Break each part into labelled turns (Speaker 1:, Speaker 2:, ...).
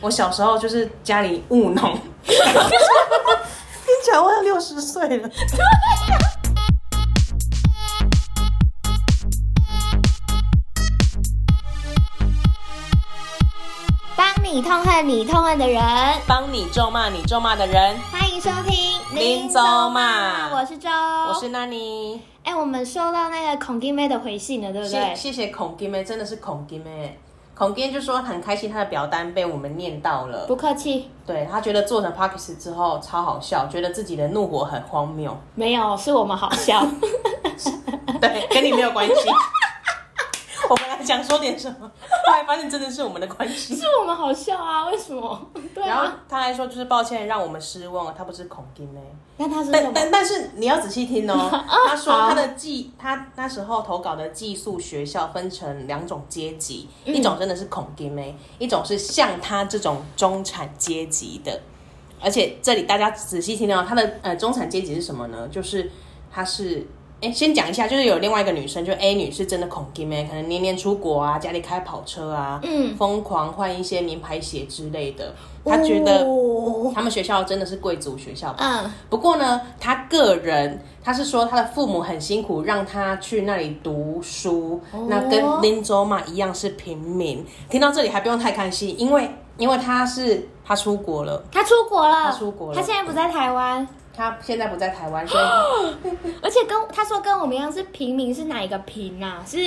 Speaker 1: 我小时候就是家里务农， 听起来我要六十岁了。
Speaker 2: 帮你痛恨你痛恨的人。
Speaker 1: 帮你咒骂你咒骂的人，
Speaker 2: 欢迎收听
Speaker 1: 林州骂
Speaker 2: 我是周，
Speaker 1: 我
Speaker 2: 我
Speaker 1: 是。n a n
Speaker 2: 哎、我们收到那个孔金妹的回信了，对不
Speaker 1: 谢
Speaker 2: 对？
Speaker 1: 谢谢孔金妹，真的是孔金妹。孔金就说很开心，他的表单被我们念到了
Speaker 2: 不。客气，
Speaker 1: 对他觉得做成 p o c k e t 之后超好笑，觉得自己的怒火很荒 谬。
Speaker 2: 没有，是我们好 笑。
Speaker 1: 对，跟你没有关系。 我本来想说点什么，后来发现真的是我们的关系。
Speaker 2: 是我们好笑啊？为 什么？对
Speaker 1: 然后
Speaker 2: 啊。
Speaker 1: 他还说，就是抱歉让我们失望了，他不是孔金妹。
Speaker 2: 那他是什
Speaker 1: 但
Speaker 2: 么？
Speaker 1: 但但是你要仔细听 哦，他说
Speaker 2: 好
Speaker 1: 他的寄他那时候投稿的寄宿学校分成两种阶级，
Speaker 2: 嗯
Speaker 1: 一种真的是孔金妹，一种是像他这种中产阶级的。而且这里大家仔细听哦，他的呃中产阶级是什么呢？就是他是。哎，先讲一下，就是有另外一个女生，就 A 女是真的恐金妹，可能年年出国啊，家里开跑车啊，
Speaker 2: 嗯
Speaker 1: 疯狂换一些名牌鞋之类的。她觉得
Speaker 2: 哦
Speaker 1: 他们学校真的是贵族学校吧，
Speaker 2: 嗯，
Speaker 1: 不过呢，他个人他是说他的父母很辛苦，让他去那里读书，
Speaker 2: 哦
Speaker 1: 那跟林州嘛一样是平民。听到这里还不用太开心，因为因为他是他出国了，
Speaker 2: 他出国了，
Speaker 1: 他出国了
Speaker 2: 他现在不在台湾，
Speaker 1: 他现在不在台湾，所 以
Speaker 2: 而且跟他说跟我们一样是平民，是哪一个平啊？是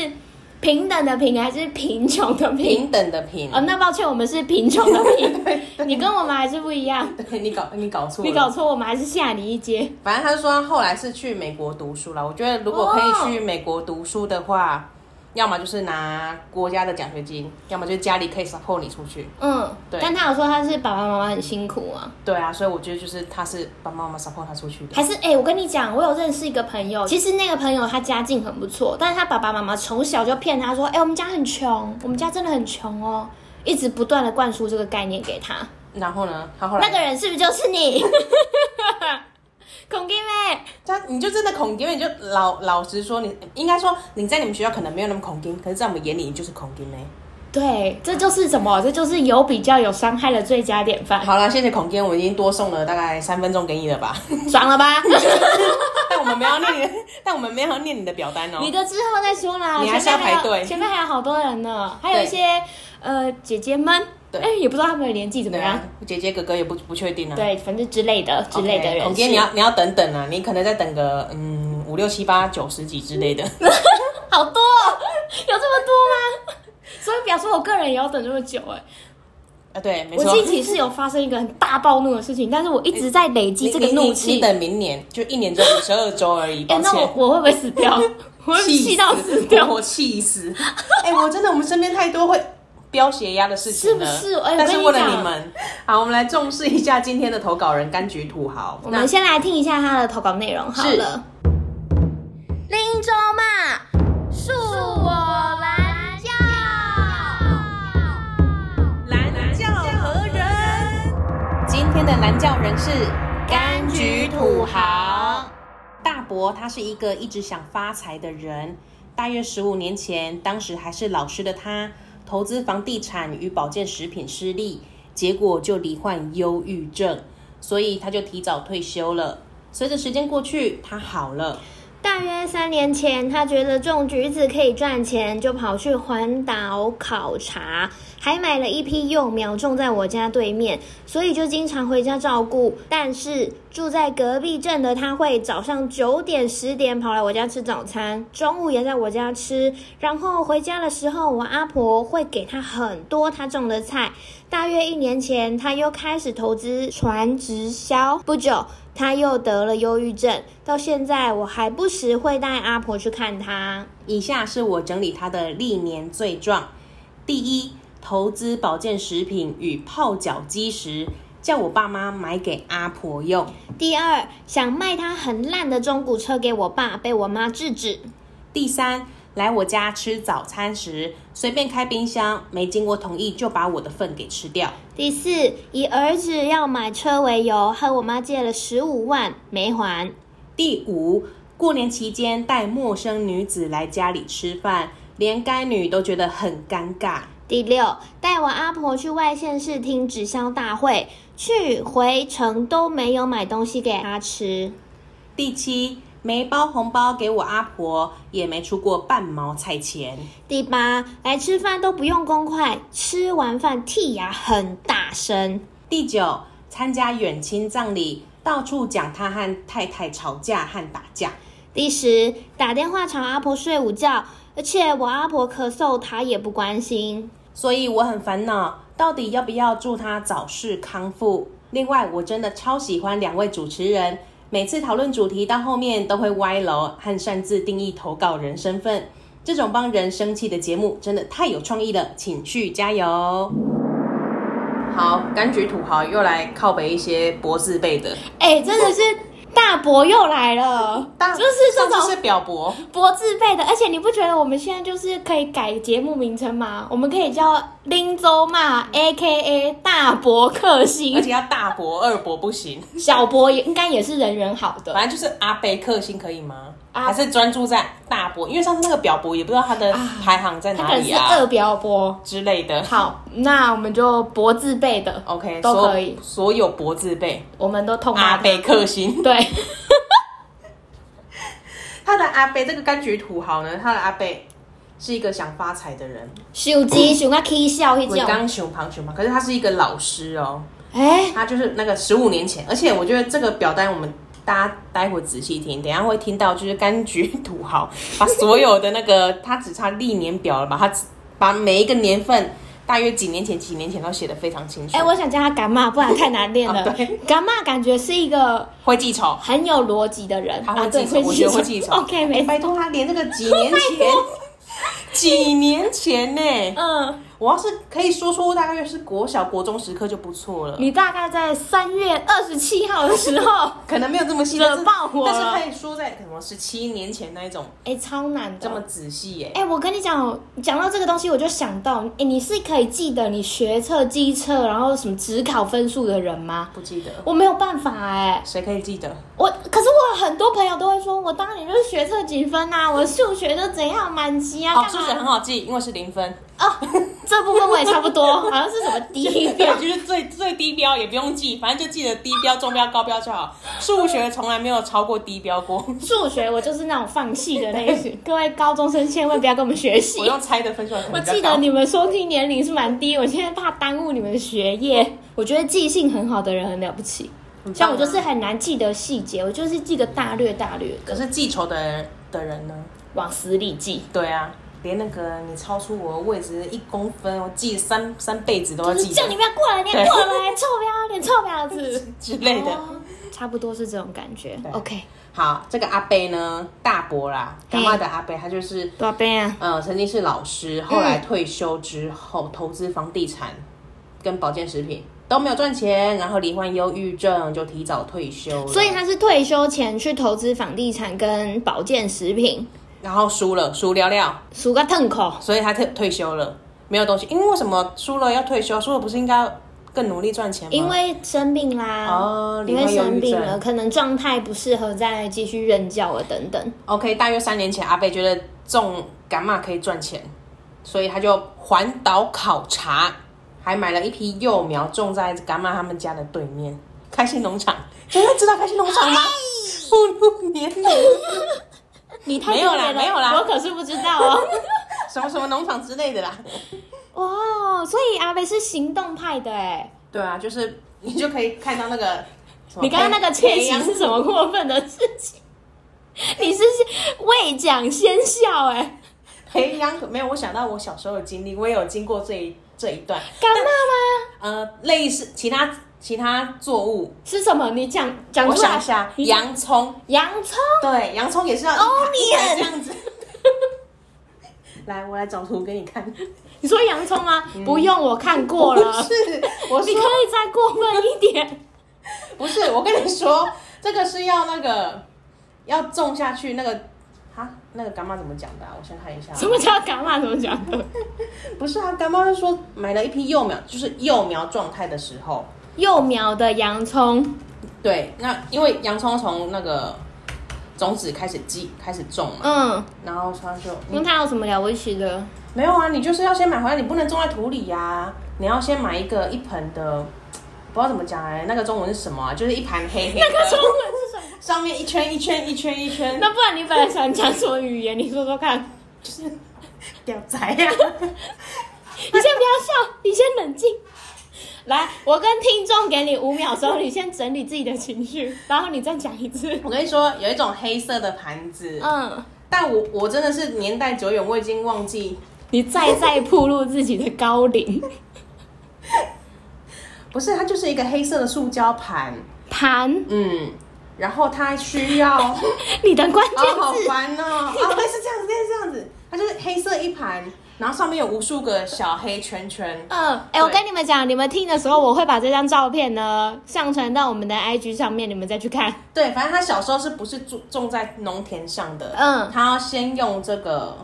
Speaker 2: 平等的平还是贫穷的贫？
Speaker 1: 平等的平
Speaker 2: 哦，。那抱歉，我们是贫穷的 贫，你跟我们还是不一样。
Speaker 1: 对 你搞你搞错了，
Speaker 2: 你搞错，我们还是下你一阶。
Speaker 1: 反正他就说他后来是去美国读书了。我觉得如果可以去美国读书的话，要么就是拿国家的奖学金，要么就是家里可以 support 你出去。
Speaker 2: 嗯，
Speaker 1: 对
Speaker 2: 但他有说他是爸爸妈妈很辛苦啊，
Speaker 1: 对啊，所以我觉得就是他是爸爸妈妈 support 他出去的。
Speaker 2: 还是哎、我跟你讲，我有认识一个朋友，其实那个朋友他家境很不错，但是他爸爸妈妈从小就骗他说，哎、我们家很穷，我们家真的很穷哦，一直不断的灌输这个概念给他。
Speaker 1: 然后呢，他后来
Speaker 2: 那个人是不是就是你？ 孔弟妹，
Speaker 1: 他你就真的恐惊，你就老老实说你，应该说你在你们学校可能没有那么恐惊，可是在我们眼里你就是恐惊妹。
Speaker 2: 嗯对，这就是什么？这就是有比较有伤害的最佳典范，
Speaker 1: 好了，谢谢恐惊，我已经多送了大概三分钟给你了 吧？
Speaker 2: 爽了吧？
Speaker 1: 但我们没有念你的，但我们没有念你的表单哦、
Speaker 2: 你的之后再说啦，
Speaker 1: 你还是要
Speaker 2: 前面有
Speaker 1: 排队
Speaker 2: 前面还有好多人呢，还有一些呃姐姐们，
Speaker 1: 对
Speaker 2: 哎，也不知道他们的年纪怎么
Speaker 1: 对
Speaker 2: 样
Speaker 1: 啊，，姐姐哥哥也不不确定啊。
Speaker 2: 对，反正之类的之
Speaker 1: OK，
Speaker 2: 类的人
Speaker 1: 恐
Speaker 2: 士
Speaker 1: 惊你要你要等等啊，你可能再等个嗯五六七八九十几之类的。
Speaker 2: 嗯好多哦，有这么多吗？所以表示我个人也要等这么久哎，
Speaker 1: 啊，对，没
Speaker 2: 我
Speaker 1: 错。
Speaker 2: 近期是有发生一个很大暴怒的事情，但是我一直在累积这个怒
Speaker 1: 你你你
Speaker 2: 气。哎，
Speaker 1: 等明年就一年只有十二周而已，抱
Speaker 2: 那
Speaker 1: 歉。
Speaker 2: 我我会不会死掉？ 我会气到死掉。
Speaker 1: 我气死！哎、我真的，我们身边太多会飙血压的事情了，
Speaker 2: 是不是哎我
Speaker 1: 但是
Speaker 2: 跟你
Speaker 1: 为了
Speaker 2: 讲
Speaker 1: 你们，好，我们来重视一下今天的投稿人柑橘土豪。
Speaker 2: 我
Speaker 1: 那
Speaker 2: 们先来听一下他的投稿内容好
Speaker 1: 是
Speaker 2: 了。林州嘛，恕我蓝教。
Speaker 1: 蓝教何人？今天的蓝教人是柑橘土豪。大伯他是一个一直想发财的人。大约十五年前，当时还是老师的他，投资房地产与保健食品失利，结果就罹患忧郁症，所以他就提早退休了。随着时间过去，他好了。
Speaker 2: 大约三年前，他觉得种橘子可以赚钱，就跑去环岛考察，还买了一批幼苗种在我家对面，所以就经常回家照顾。但是住在隔壁镇的他会早上九点十点跑来我家吃早餐，中午也在我家吃，然后回家的时候，我阿婆会给他很多他种的菜。大约一年前，他又开始投资船直销，不久他又得了忧郁症，到现在我还不时会带阿婆去看他。
Speaker 1: 以下是我整理他的历年罪状：第一，投资保健食品与泡脚机时，叫我爸妈买给阿婆用；
Speaker 2: 第二，想卖他很烂的中古车给我爸，被我妈制止。
Speaker 1: 第三，来我家吃早餐时，随便开冰箱，没经过同意就把我的份给吃掉；
Speaker 2: 第四，以儿子要买车为由，和我妈借了十五万没还。
Speaker 1: 第五，过年期间带陌生女子来家里吃饭，连该女都觉得很尴尬；
Speaker 2: 第六，带我阿婆去外县市听直销大会，去回程都没有买东西给她吃。
Speaker 1: 第七，没包红包给我阿婆，也没出过半毛菜钱。
Speaker 2: 第八，来吃饭都不用公筷，吃完饭剔牙很大声。
Speaker 1: 第九，参加远亲葬礼，到处讲他和太太吵架和打架。
Speaker 2: 第十，打电话吵阿婆睡午觉，而且我阿婆咳嗽，她也不关心。
Speaker 1: 所以我很烦恼，到底要不要祝他早日康复？另外，我真的超喜欢两位主持人，每次讨论主题到后面都会歪楼和擅自定义投稿人身份，这种帮人生气的节目真的太有创意了，请续加油！好，柑橘土豪又来靠北一些博字辈的，
Speaker 2: 哎、真的是大伯又来了，就是这
Speaker 1: 甚至
Speaker 2: 种
Speaker 1: 是表 博，
Speaker 2: 博字辈的，而且你不觉得我们现在就是可以改节目名称吗？我们可以叫林州骂 A K A 大伯克
Speaker 1: 而
Speaker 2: 星，
Speaker 1: 且要大博二博不行，
Speaker 2: 小伯也应该也是人人好的。
Speaker 1: 反正就是阿贝克星可以吗？
Speaker 2: 啊
Speaker 1: 还是专注在大博？因为上次那个表博也不知道他的排行在
Speaker 2: 啊他
Speaker 1: 哪
Speaker 2: 可能
Speaker 1: 里
Speaker 2: 是
Speaker 1: 啊
Speaker 2: 二表伯。
Speaker 1: 之类的。
Speaker 2: 好，那我们就博字辈的
Speaker 1: OK，
Speaker 2: 都
Speaker 1: 所
Speaker 2: 可以，
Speaker 1: 所有博字辈
Speaker 2: 我们都痛
Speaker 1: 阿
Speaker 2: 骂他。
Speaker 1: 贝克星，
Speaker 2: 对，
Speaker 1: 他的阿贝这个柑橘土豪呢，他的阿贝是一个想发财的人，
Speaker 2: 手机想到起笑迄
Speaker 1: 我
Speaker 2: 种。
Speaker 1: 刚熊旁熊旁，可是他是一个老师哦，
Speaker 2: 哎、
Speaker 1: 他就是那个十五年前，而且我觉得这个表单我们。大家待会仔细听，等一下会听到就是柑橘土豪把所有的那个，他只差历年表了吧，他只把每一个年份大约几年前几年前都写的非常清楚。
Speaker 2: 哎、我想叫他干妈，不然太难念了。
Speaker 1: 啊对
Speaker 2: 干妈感觉是一个
Speaker 1: 会记仇，
Speaker 2: 很有逻辑的人，
Speaker 1: 他会
Speaker 2: 啊对
Speaker 1: 记仇，我觉得会记
Speaker 2: 记
Speaker 1: 仇。
Speaker 2: OK，没哎事。
Speaker 1: 拜托他连那个几年前，几年前呢、
Speaker 2: 嗯，
Speaker 1: 我要是可以说出大概是国小、国中时刻就不错了。
Speaker 2: 你大概在三月二十七号的时候，
Speaker 1: 可能没有这么细，
Speaker 2: 惹
Speaker 1: 但是
Speaker 2: 爆我了
Speaker 1: 但是可以说在什么十七年前那一种
Speaker 2: 哎、超难
Speaker 1: 这么
Speaker 2: 的。
Speaker 1: 仔细耶、
Speaker 2: 哎、我跟你讲，讲到这个东西，我就想到，哎、你是可以记得你学测、机测，然后什么职考分数的人吗？
Speaker 1: 不记得，
Speaker 2: 我没有办法哎、
Speaker 1: 谁可以记得？
Speaker 2: 我可是我很多朋友都会说，我当年就是学测几 分啊，我数学就怎样满级啊，干
Speaker 1: 好，
Speaker 2: 嘛
Speaker 1: 哦数学很好记，因为是零分，
Speaker 2: 哦， 这部分我也差不多，好像是什么低
Speaker 1: 对
Speaker 2: 标，，
Speaker 1: 就是最最低标也不用记，反正就记得低标、中标、高标就好。数学从来没有超过低标过，
Speaker 2: 数学我就是那种放弃的那一群。各位高中生千万不要跟我们学习
Speaker 1: 我。用猜的分数还可
Speaker 2: 我
Speaker 1: 能比较高。
Speaker 2: 记得你们收听年龄是蛮低，我现在怕耽误你们的学业。我觉得记性很好的人很了不起，
Speaker 1: 很棒啊
Speaker 2: 像我就是很难记得细节，我就是记个大略大略
Speaker 1: 可
Speaker 2: 的，
Speaker 1: 是记仇的人的人呢？
Speaker 2: 往死里记。
Speaker 1: 对啊，连那个你超出我的位置一公分，我记三三辈子都要
Speaker 2: 就是
Speaker 1: 记得
Speaker 2: 叫你不要过来，你要过来，臭不要脸，臭不要 子。
Speaker 1: 之类的。
Speaker 2: 哦差不多是这种感觉
Speaker 1: 对。
Speaker 2: OK，
Speaker 1: 好，这个阿贝呢，大伯啦，
Speaker 2: 嘿
Speaker 1: 干妈的阿贝，他就是
Speaker 2: 多边啊，
Speaker 1: 呃，曾经是老师，后
Speaker 2: 嗯
Speaker 1: 来退休之后、投资房地产跟保健食品都没有赚钱，然后罹患忧郁症，就提早退休了。
Speaker 2: 所以他是退休前去投资房地产跟保健食品，
Speaker 1: 然后输了，输了了，
Speaker 2: 数个痛口。
Speaker 1: 所以他退退休了，没有东西。因为为什么输了要退休？输了不是应该更努力赚钱吗？
Speaker 2: 因为生病啦，
Speaker 1: 哦罹
Speaker 2: 因
Speaker 1: 患
Speaker 2: 为
Speaker 1: 忧郁
Speaker 2: 生病
Speaker 1: 症
Speaker 2: 了，可能状态不适合再继续任教了等等。
Speaker 1: OK，大约三年前，阿贝觉得种干嘛可以赚钱，所以他就环岛考察，还买了一批幼苗种在干妈他们家的对面开心农 场。大家知道开心农 场吗？步入年龄，
Speaker 2: 你太
Speaker 1: 没有啦
Speaker 2: 特别了
Speaker 1: 没有啦
Speaker 2: 我可是不知道哦。
Speaker 1: 什么什么农场之类的啦。
Speaker 2: 哇，所以阿贝是行动派的哎，
Speaker 1: 对啊，就是你就可以看到那个什么
Speaker 2: 你刚刚那个窃
Speaker 1: 培
Speaker 2: 喜
Speaker 1: 养
Speaker 2: 是什么过分的事 情？你是未讲先笑哎，
Speaker 1: 培养没有，我想到我小时候的经历，我也有经过这一这一段，
Speaker 2: 干嘛吗？
Speaker 1: 呃，类似其他其他作物，
Speaker 2: 是什么？你讲讲
Speaker 1: 我
Speaker 2: 出来。
Speaker 1: 想一下，
Speaker 2: 你
Speaker 1: 洋葱。
Speaker 2: 洋葱，啊
Speaker 1: 对，洋葱也是要
Speaker 2: 哦
Speaker 1: 一排一
Speaker 2: 你很
Speaker 1: 排这样子。 来，我来找图给你看。
Speaker 2: 你说洋葱吗？不用，我看过
Speaker 1: 不
Speaker 2: 了。
Speaker 1: 是，我
Speaker 2: 你可
Speaker 1: 说
Speaker 2: 以再过分一 点。
Speaker 1: 不是，我跟你说，这个是要那个要种下去那个。啊，那个干妈怎么讲的啊、我先看一下。
Speaker 2: 什么叫干嘛？怎么讲的？
Speaker 1: 不是啊，干妈就说买了一批幼苗，就是幼苗状态的时候。
Speaker 2: 幼苗的洋葱，
Speaker 1: 对，那因为洋葱从那个种子开始记开始种嘛，
Speaker 2: 嗯，
Speaker 1: 然后它就
Speaker 2: 那它有什么了不起的？
Speaker 1: 没有啊，你就是要先买回来，你不能种在土里呀、你要先买一个一盆的，不知道怎么讲哎、那个中文是什么啊？就是一盘黑黑的，
Speaker 2: 文是什么？
Speaker 1: 上面一圈一圈一圈一圈，
Speaker 2: 那不然你本来想讲什么语言？你说说看。
Speaker 1: 就是屌啊宅呀、
Speaker 2: 你先不要笑，你先冷静。来，我跟听众给你五秒钟，你先整理自己的情绪，然后你再讲一次。
Speaker 1: 我跟你说，有一种黑色的盘子，
Speaker 2: 嗯，
Speaker 1: 但我我真的是年代久远，我已经忘记，
Speaker 2: 你再再暴露自己的高龄。
Speaker 1: 不是它就是一个黑色的塑胶盘，
Speaker 2: 盘，
Speaker 1: 嗯，然后它需 要。
Speaker 2: 你的关
Speaker 1: 啊、
Speaker 2: 键
Speaker 1: 好
Speaker 2: 字。
Speaker 1: 烦哦！啊，类似这样子，类似这样子，它就是黑色一盘，然后上面有无数个小黑圈圈。
Speaker 2: 嗯，哎、
Speaker 1: 对
Speaker 2: 我跟你们讲，你们听的时候，我会把这张照片呢上传到我们的 IG 上面，你们再去 看。
Speaker 1: 对，反正他小时候是不是种种在农田上的？
Speaker 2: 嗯
Speaker 1: 他要先用这个，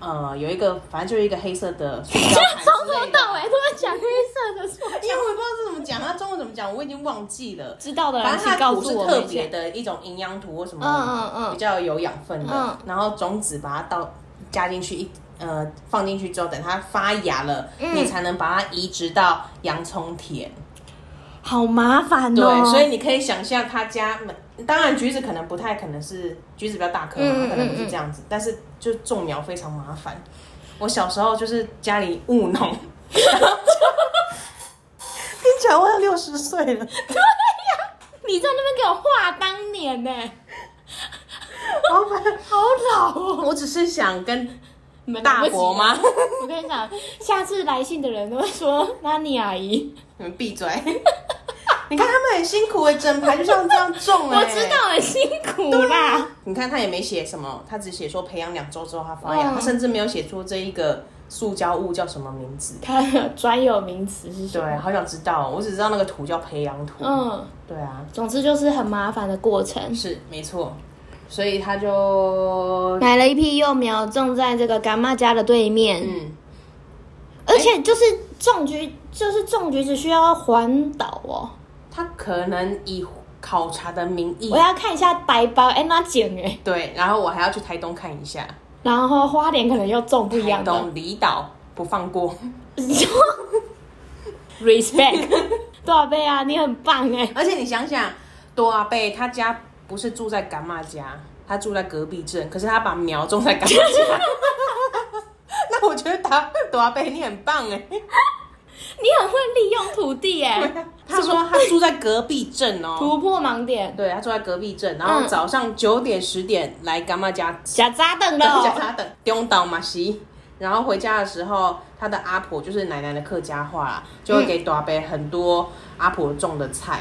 Speaker 1: 呃，有一个，反正就是一个黑色的塑胶 盘
Speaker 2: 从
Speaker 1: 之类
Speaker 2: 头
Speaker 1: 的。
Speaker 2: 到尾都在讲黑色的塑
Speaker 1: 因
Speaker 2: 胶
Speaker 1: 为，我也不知道这怎么讲，它中文怎么讲，我已经忘记了。
Speaker 2: 知道的人
Speaker 1: 反正
Speaker 2: 请
Speaker 1: 它
Speaker 2: 告
Speaker 1: 的土是
Speaker 2: 诉我
Speaker 1: 特
Speaker 2: 们一下
Speaker 1: 别。的一种营养土或什么，
Speaker 2: 嗯嗯嗯
Speaker 1: 比较有养分的。
Speaker 2: 嗯
Speaker 1: 然后种子把它倒加进去一呃放进去之后，等它发芽了，
Speaker 2: 嗯
Speaker 1: 你才能把它移植到洋葱田。
Speaker 2: 好麻烦
Speaker 1: 对，
Speaker 2: 哦。
Speaker 1: 所以你可以想象他家每当然橘子可能不太可能是橘子比较大颗嘛，
Speaker 2: 嗯嗯嗯
Speaker 1: 可能不是这样子，但是就种苗非常麻烦。我小时候就是家里务农，听起来我要六十岁了。
Speaker 2: 你在那边给我画当年呢、
Speaker 1: 老板，
Speaker 2: 好老哦。
Speaker 1: 我只是想跟
Speaker 2: 你们来
Speaker 1: 大
Speaker 2: 不及
Speaker 1: 伯
Speaker 2: 了？
Speaker 1: 吗？
Speaker 2: 我跟你讲，下次来信的人都会说那你阿姨。
Speaker 1: 你们闭 嘴！你看他们很辛苦哎、整排就像这样种哎、
Speaker 2: 我知。道很辛苦啦。
Speaker 1: 你看他也没写什么，他只写说培养两周之后它发芽，
Speaker 2: 嗯
Speaker 1: 他甚至没有写出这一个塑胶物叫什么名字。
Speaker 2: 它的专有名词是什么？
Speaker 1: 对，好想知道哦，我只知道那个土叫培养土。
Speaker 2: 嗯，
Speaker 1: 对啊，
Speaker 2: 总之就是很麻烦的过程。
Speaker 1: 是没错，所以他就
Speaker 2: 买了一批幼苗，种在这个干妈家的对面，
Speaker 1: 嗯，
Speaker 2: 而且就是种橘，就是种橘子需要环岛哦。
Speaker 1: 他可能以考察的名义
Speaker 2: 我，要看一下白包，哎、那剪哎，
Speaker 1: 对，然后我还要去台东看一下，
Speaker 2: 然后花莲可能又种不一
Speaker 1: 台
Speaker 2: 样的。
Speaker 1: 东离岛不放过。
Speaker 2: respect，多少倍啊？你很棒哎、
Speaker 1: 而且你想想，多阿贝他家不是住在干妈家，他住在隔壁镇，可是他把苗种在干妈家。 那我觉得他多阿贝你很棒哎、
Speaker 2: 你很会利用土地哎、
Speaker 1: 他说他住在隔壁镇哦，
Speaker 2: 突破盲点，
Speaker 1: 对他住在隔壁镇，然后
Speaker 2: 嗯
Speaker 1: 早上九点十点来干妈家
Speaker 2: 假扎等的
Speaker 1: 等
Speaker 2: 哦、
Speaker 1: 家 他等中岛马西。然后回家的时候，他的阿婆就是奶奶的客家话啦，就
Speaker 2: 嗯
Speaker 1: 会给多阿贝很多阿婆种的菜，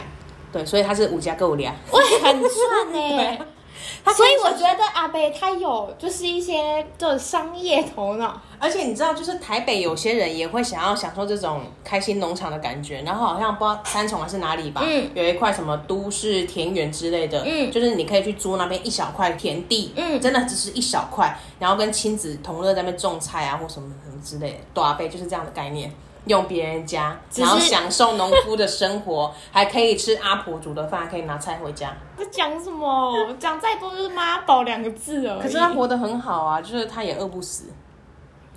Speaker 1: 对，所以他是五家够俩。
Speaker 2: 我也很赚哎、
Speaker 1: 他
Speaker 2: 所以
Speaker 1: 现在
Speaker 2: 我觉得阿贝他有就是一些这种商业头脑，
Speaker 1: 而且你知道，就是台北有些人也会想要享受这种开心农场的感觉，然后好像不知道三重还是哪里吧，
Speaker 2: 嗯
Speaker 1: 有一块什么都市田园之类的，
Speaker 2: 嗯
Speaker 1: 就是你可以去租那边一小块田地，
Speaker 2: 嗯
Speaker 1: 真的只是一小块，然后跟亲子同乐在那边种菜啊或什么什么之类的，多阿贝就是这样的概念。用别人家，
Speaker 2: 只是
Speaker 1: 然后享受农夫的生活，还可以吃阿婆煮的饭，还可以拿菜回家。
Speaker 2: 他讲什么？讲再多就是妈宝两个字而已。
Speaker 1: 可是他活得很好啊，就是他也饿不死，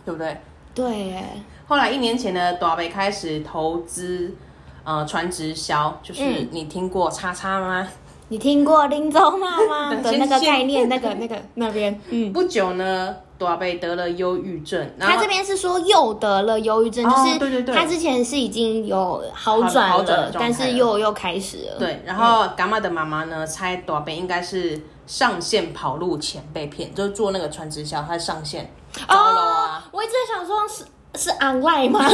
Speaker 1: 对不对？
Speaker 2: 对哎、
Speaker 1: 后来一年前呢，短北开始投资，呃，传直销，就是
Speaker 2: 嗯
Speaker 1: 你听过叉叉吗？
Speaker 2: 你听过林州妈 妈的那个
Speaker 1: 先
Speaker 2: 概念，那个 那个那边，嗯，
Speaker 1: 不久呢，短北得了忧郁症，然
Speaker 2: 他
Speaker 1: 后
Speaker 2: 这边是说又得了忧郁症，
Speaker 1: 哦
Speaker 2: 就是
Speaker 1: 对对对
Speaker 2: 他之前是已经有好转
Speaker 1: 好好
Speaker 2: 了，
Speaker 1: 转的状态
Speaker 2: 但
Speaker 1: 了
Speaker 2: 是又又开始了。
Speaker 1: 对，然后伽马的妈妈呢，猜短北应该是上线跑路前被骗，就是做那个传直销，他上线高楼
Speaker 2: 哦
Speaker 1: 啊，，
Speaker 2: 我一直在想说是是 online 吗？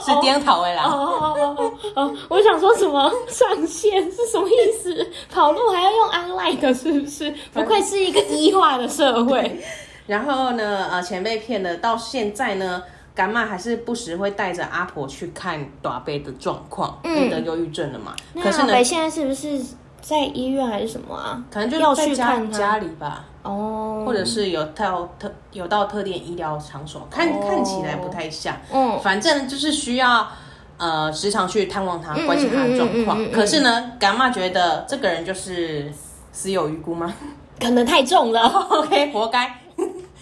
Speaker 1: 是颠头的
Speaker 2: 哦
Speaker 1: 啦。
Speaker 2: 哦哦哦哦，我想说什么上线是什么意思？跑路还要用 online 的，是不是？不愧是一个医化的社会。
Speaker 1: 然后呢，呃，钱被骗了，到现在呢，干妈还是不时会带着阿婆去看短贝的状况，
Speaker 2: 嗯
Speaker 1: 因为得忧郁症了嘛。可
Speaker 2: 那
Speaker 1: 是
Speaker 2: 老
Speaker 1: 呢，
Speaker 2: 北现在是不是在医院还是什么啊？
Speaker 1: 可能就
Speaker 2: 要
Speaker 1: 在
Speaker 2: 去
Speaker 1: 家
Speaker 2: 看
Speaker 1: 家
Speaker 2: 他
Speaker 1: 里吧，
Speaker 2: 哦，
Speaker 1: 或者是有到特有到特定医疗场所，看、
Speaker 2: 哦
Speaker 1: 看起来不太像，
Speaker 2: 嗯
Speaker 1: 反正就是需要呃时常去探望他，
Speaker 2: 嗯
Speaker 1: 关心他的状况。
Speaker 2: 嗯嗯嗯嗯嗯
Speaker 1: 可是呢，干妈觉得这个人就是死有余辜吗
Speaker 2: 可能太重了。
Speaker 1: ？OK，活该。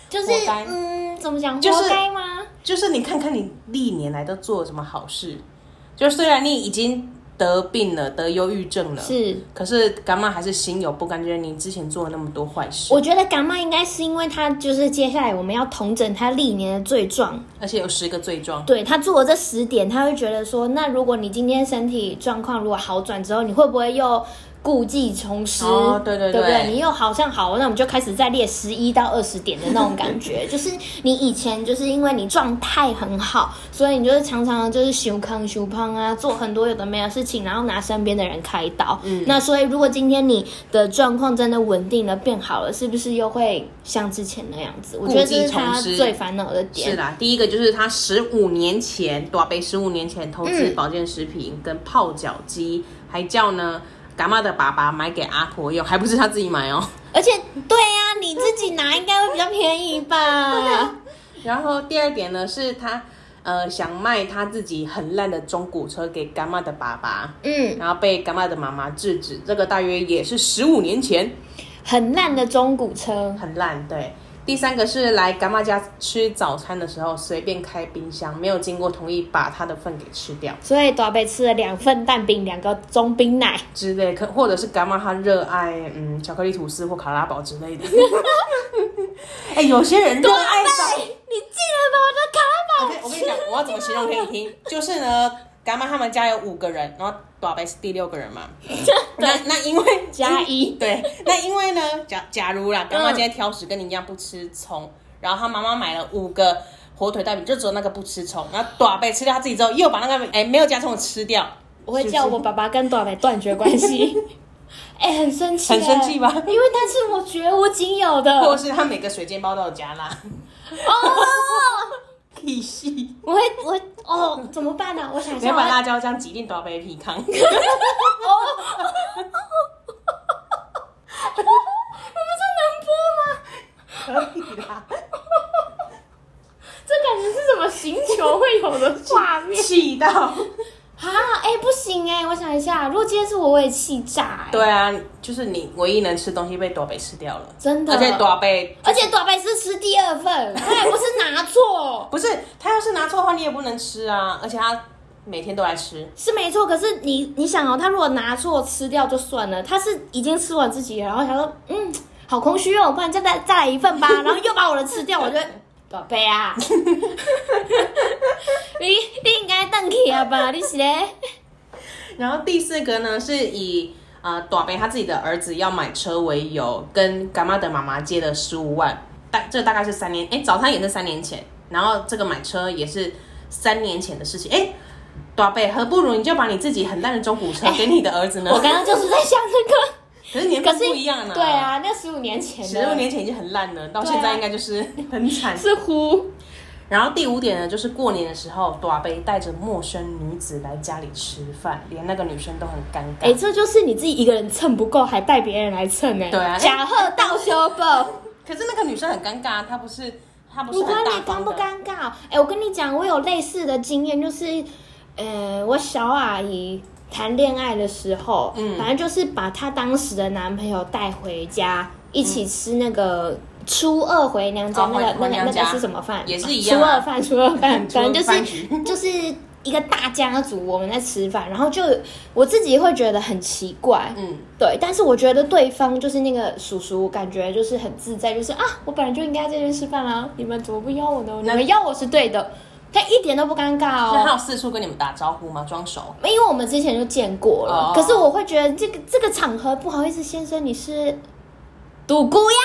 Speaker 2: 就是
Speaker 1: 活该
Speaker 2: 嗯，怎么讲？
Speaker 1: 就是
Speaker 2: 活该吗？
Speaker 1: 就是你看看你历年来都做了什么好事，就虽然你已经得病了，得忧郁症了，
Speaker 2: 是，
Speaker 1: 可是感冒还是心有不甘，觉得你之前做了那么多坏事，
Speaker 2: 我觉得感冒应该是因为他就是接下来我们要统整他历年的罪状，
Speaker 1: 而且有十个罪状，
Speaker 2: 对他做了这十点，他会觉得说，那如果你今天身体状况如果好转之后，你会不会又故技重施？
Speaker 1: 哦对对
Speaker 2: 对不
Speaker 1: 对
Speaker 2: 对？你又好像好，那我们就开始再列十一到二十点的那种感觉，就是你以前就是因为你状态很好，所以你就是常常就是修康修胖啊，做很多有的没的事情，然后拿身边的人开刀。嗯，那所以如果今天你的状况真的稳定了，变好了，是不是又会像之前那样子？我觉得这是
Speaker 1: 故技
Speaker 2: 他
Speaker 1: 重施
Speaker 2: 最烦恼的点
Speaker 1: 是。啦，第一个就是他十五年前，多北十五年前投资
Speaker 2: 嗯
Speaker 1: 保健食品跟泡脚机，还叫呢干妈的爸爸买给阿婆用，还不是他自己买 哦。
Speaker 2: 而且，对呀、你自己拿应该会比较便宜 吧？
Speaker 1: 然后第二点呢是他呃想卖他自己很烂的中古车给干妈的爸爸，
Speaker 2: 嗯，
Speaker 1: 然后被干妈的妈妈制止，这个大约也是十五年前，
Speaker 2: 很烂的中古车，
Speaker 1: 很烂对。第三个是来干妈家吃早餐的时候，随便开冰箱，没有经过同意，把他的份给吃掉。
Speaker 2: 所以大贝吃了两份蛋饼，两个中冰奶。
Speaker 1: 之类，可或者是感冒他热爱嗯巧克力吐司或卡拉堡之类 的。哎、有些人热爱早
Speaker 2: 贝，你竟然把我的卡
Speaker 1: 我跟我跟 你讲，我要怎么形容给你听？就是呢，干妈他们家有五个人，然后短白是第六个人嘛。那那因为
Speaker 2: 加一 嗯
Speaker 1: 对，那因为呢，假假如啦，干妈今天挑食，跟你一样不吃葱，然后她妈妈买了五个火腿蛋饼，就只有那个不吃葱，然后短白吃掉他自己之后，又把那个哎、没有加葱的吃掉，
Speaker 2: 我会叫我爸爸跟大贝断绝关系。 哎、很生气，
Speaker 1: 很生气吧
Speaker 2: 因为他是我绝无仅有的。
Speaker 1: 或
Speaker 2: 哦
Speaker 1: 者，是他每个水煎包都有加 辣，屁戏。
Speaker 2: 我会，我会哦，怎么办呢、我想一
Speaker 1: 直接
Speaker 2: 下，我
Speaker 1: 把
Speaker 2: 要
Speaker 1: 辣椒酱挤进多杯皮康，可以啦，
Speaker 2: 这感觉是什么星球会有的画面？
Speaker 1: 气到。
Speaker 2: 啊，哎、不行哎、我想一下，如果今天是我，我也气炸、哎。
Speaker 1: 对啊，就是你唯一能吃东西被多杯吃掉了，
Speaker 2: 真的
Speaker 1: 而且多杯
Speaker 2: 而且短白是吃第二 份，他还不是拿错，
Speaker 1: 不是他要是拿错的话，你也不能吃啊，而且他每天都来吃。
Speaker 2: 是没错。可是你你想哦，他如果拿错吃掉就算了，他是已经吃完自己了，然后想说，嗯，好空虚哦，不然再再再来一 份吧，然后又把我的吃掉，我就会宝贝啊，你你应该瞪起啊吧，你是嘞？
Speaker 1: 然后第四个呢，是以呃短杯他自己的儿子要买车为由，跟干妈的妈妈借了十五万，大这大概是三年，哎，早餐也是三年前，然后这个买车也是三年前的事情，哎。短贝，何不如你就把你自己很烂的中古车给你的儿子呢？
Speaker 2: 我刚刚就是在想 这个，
Speaker 1: 可是年
Speaker 2: 可
Speaker 1: 份
Speaker 2: 是
Speaker 1: 不一样呢、
Speaker 2: 对，啊，那十五年前
Speaker 1: 十六
Speaker 2: 的，
Speaker 1: 年前已经很烂了，到
Speaker 2: 对啊
Speaker 1: 现在应该就是很惨。
Speaker 2: 是乎。
Speaker 1: 啊然后第五点呢，就是过年的时候，短贝带着陌生女子来家里吃饭，连那个女生都很尴尬。
Speaker 2: 哎、这就是你自己一个人蹭不够，还带别人来蹭哎、
Speaker 1: 对啊
Speaker 2: 假贺道修报，
Speaker 1: 可是那个女生很尴尬，她不是她不
Speaker 2: 你
Speaker 1: 是
Speaker 2: 管
Speaker 1: 很
Speaker 2: 你
Speaker 1: 大
Speaker 2: 尴
Speaker 1: 方
Speaker 2: 不
Speaker 1: 的。
Speaker 2: 尴尬？哎、我跟你讲，我有类似的经验，就是，呃，我小阿姨谈恋爱的时候，
Speaker 1: 嗯
Speaker 2: 反正就是把她当时的男朋友带回家，一起吃那个。初二回娘家
Speaker 1: 哦
Speaker 2: 那个、
Speaker 1: 回回
Speaker 2: 那
Speaker 1: 娘
Speaker 2: 个那
Speaker 1: 家
Speaker 2: 个是什么饭？
Speaker 1: 也是一样啊
Speaker 2: 初二饭，初二 饭，
Speaker 1: 初二
Speaker 2: 反正就
Speaker 1: 饭
Speaker 2: 是
Speaker 1: 局
Speaker 2: 就是一个大家族，我们在吃饭，然后就我自己会觉得很奇怪，
Speaker 1: 嗯，
Speaker 2: 对，但是我觉得对方就是那个叔叔，感觉就是很自在，就是啊，我本来就应该在这边吃饭啦，你们怎么不邀我呢？你们邀我是对的，他一点都不尴尬
Speaker 1: 那她
Speaker 2: 哦。
Speaker 1: 有四处跟你们打招呼吗？装熟？
Speaker 2: 因为我们之前就见过
Speaker 1: 哦
Speaker 2: 了，可是我会觉得这个这个场合不好意思，先生你是独孤呀？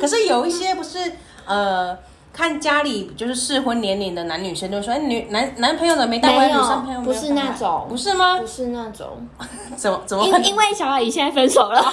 Speaker 1: 可是有一些不是呃，看家里就是适婚年龄的男女生就说，哎，女男男朋友的没带回来，
Speaker 2: 没
Speaker 1: 女
Speaker 2: 有
Speaker 1: 生朋友没有
Speaker 2: 不是那种
Speaker 1: 不是吗
Speaker 2: 不？是那种，
Speaker 1: 怎么怎么
Speaker 2: 因因
Speaker 1: 会？
Speaker 2: 为小阿姨现在分手了，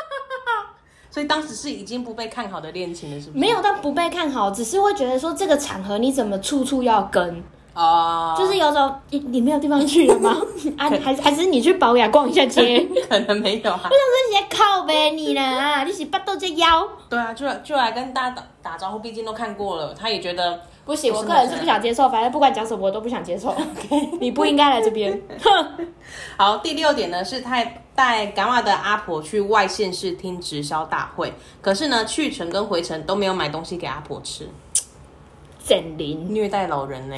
Speaker 1: 所以当时是已经不被看好的恋情了，是不是？
Speaker 2: 没有到不被看好，只是会觉得说这个场合你怎么处处要跟。
Speaker 1: 哦，
Speaker 2: 就是有种你你没有地方去了 吗？啊，还是还是你去保雅逛一下街？ 就
Speaker 1: 可能没有啊。
Speaker 2: 是你在靠呗你啦，你是八豆这腰。
Speaker 1: 对啊，就来就来跟大家打打招呼，毕竟都看过了，他也觉得
Speaker 2: 不行，我个人是不想接受，反正不管讲什么我都不想 接受。你不应该来这 边。
Speaker 1: 好，第六点呢是带带港瓦的阿婆去外县市听直销大会，可是呢去程跟回程都没有买东西给阿婆吃，
Speaker 2: 整林，
Speaker 1: 虐待老人呢、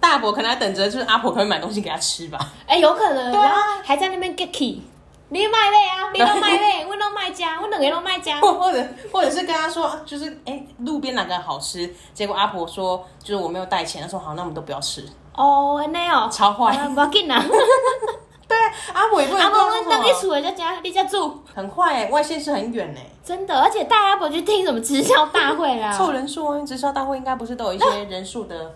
Speaker 1: 大伯可能还等着，就是阿婆可能买东西给他吃吧。
Speaker 2: 哎、有可能，
Speaker 1: 对啊
Speaker 2: 然后还在那边 get key。你卖咩啊？你都卖 咩？我都卖家，我两个都卖家。
Speaker 1: 或或者或者是跟他说，就是哎、路边哪个好吃？结果阿婆说，就是我没有带钱，他说好，那我们都不要吃。
Speaker 2: 哦，安尼哦，
Speaker 1: 超坏
Speaker 2: 啊不要紧啦。
Speaker 1: 对，阿婆也不能
Speaker 2: 阿
Speaker 1: 够
Speaker 2: 伯，
Speaker 1: 那
Speaker 2: 我
Speaker 1: 什
Speaker 2: 等
Speaker 1: 么，
Speaker 2: 你厝的在家，你家住，
Speaker 1: 很快哎、外县市很远哎、
Speaker 2: 真的，而且带阿伯去听什么直销大会啦。
Speaker 1: 凑人数啊，直销大会应该不是都有一些人数的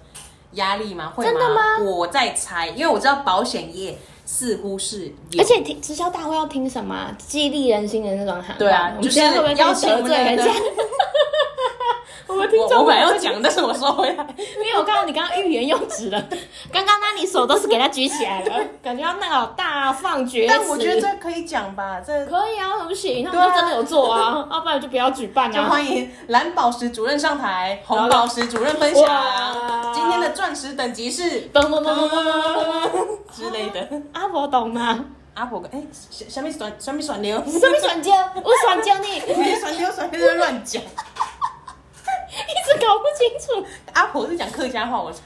Speaker 1: 压力吗？会
Speaker 2: 真的吗
Speaker 1: 我在猜，因为我知道保险业似乎是有，
Speaker 2: 而且听直销大会要听什么啊激励人心的那种喊话？
Speaker 1: 对啊
Speaker 2: 我
Speaker 1: 就
Speaker 2: 们
Speaker 1: 是
Speaker 2: 现在会不会
Speaker 1: 邀
Speaker 2: 得
Speaker 1: 请我
Speaker 2: 罪
Speaker 1: 们的
Speaker 2: 人家？ 我们听
Speaker 1: 我
Speaker 2: 众
Speaker 1: 我本来
Speaker 2: 会不
Speaker 1: 要
Speaker 2: 会，
Speaker 1: 讲，但是我收回来。
Speaker 2: 因为我看到你刚刚欲言又止了，刚刚那你手都是给他举起来 了，感觉要那个大放厥词。
Speaker 1: 但我觉得这可以讲吧，这
Speaker 2: 可以啊，很行，他
Speaker 1: 对
Speaker 2: 们
Speaker 1: 啊
Speaker 2: 就真的有做啊，要不然我就不要举办
Speaker 1: 就
Speaker 2: 啊。
Speaker 1: 欢迎蓝宝石主任上台，红宝石主任分享
Speaker 2: 哇
Speaker 1: 今天的钻石等级是
Speaker 2: 咚咚咚咚咚咚咚咚，
Speaker 1: 之类的。
Speaker 2: 阿婆啊懂吗？
Speaker 1: 阿婆，哎、什什么选什么选流，
Speaker 2: 什么选椒？ 我选椒你，一
Speaker 1: 你选流选流乱讲。
Speaker 2: 直搞不清楚。
Speaker 1: 阿婆是讲客家话，我猜。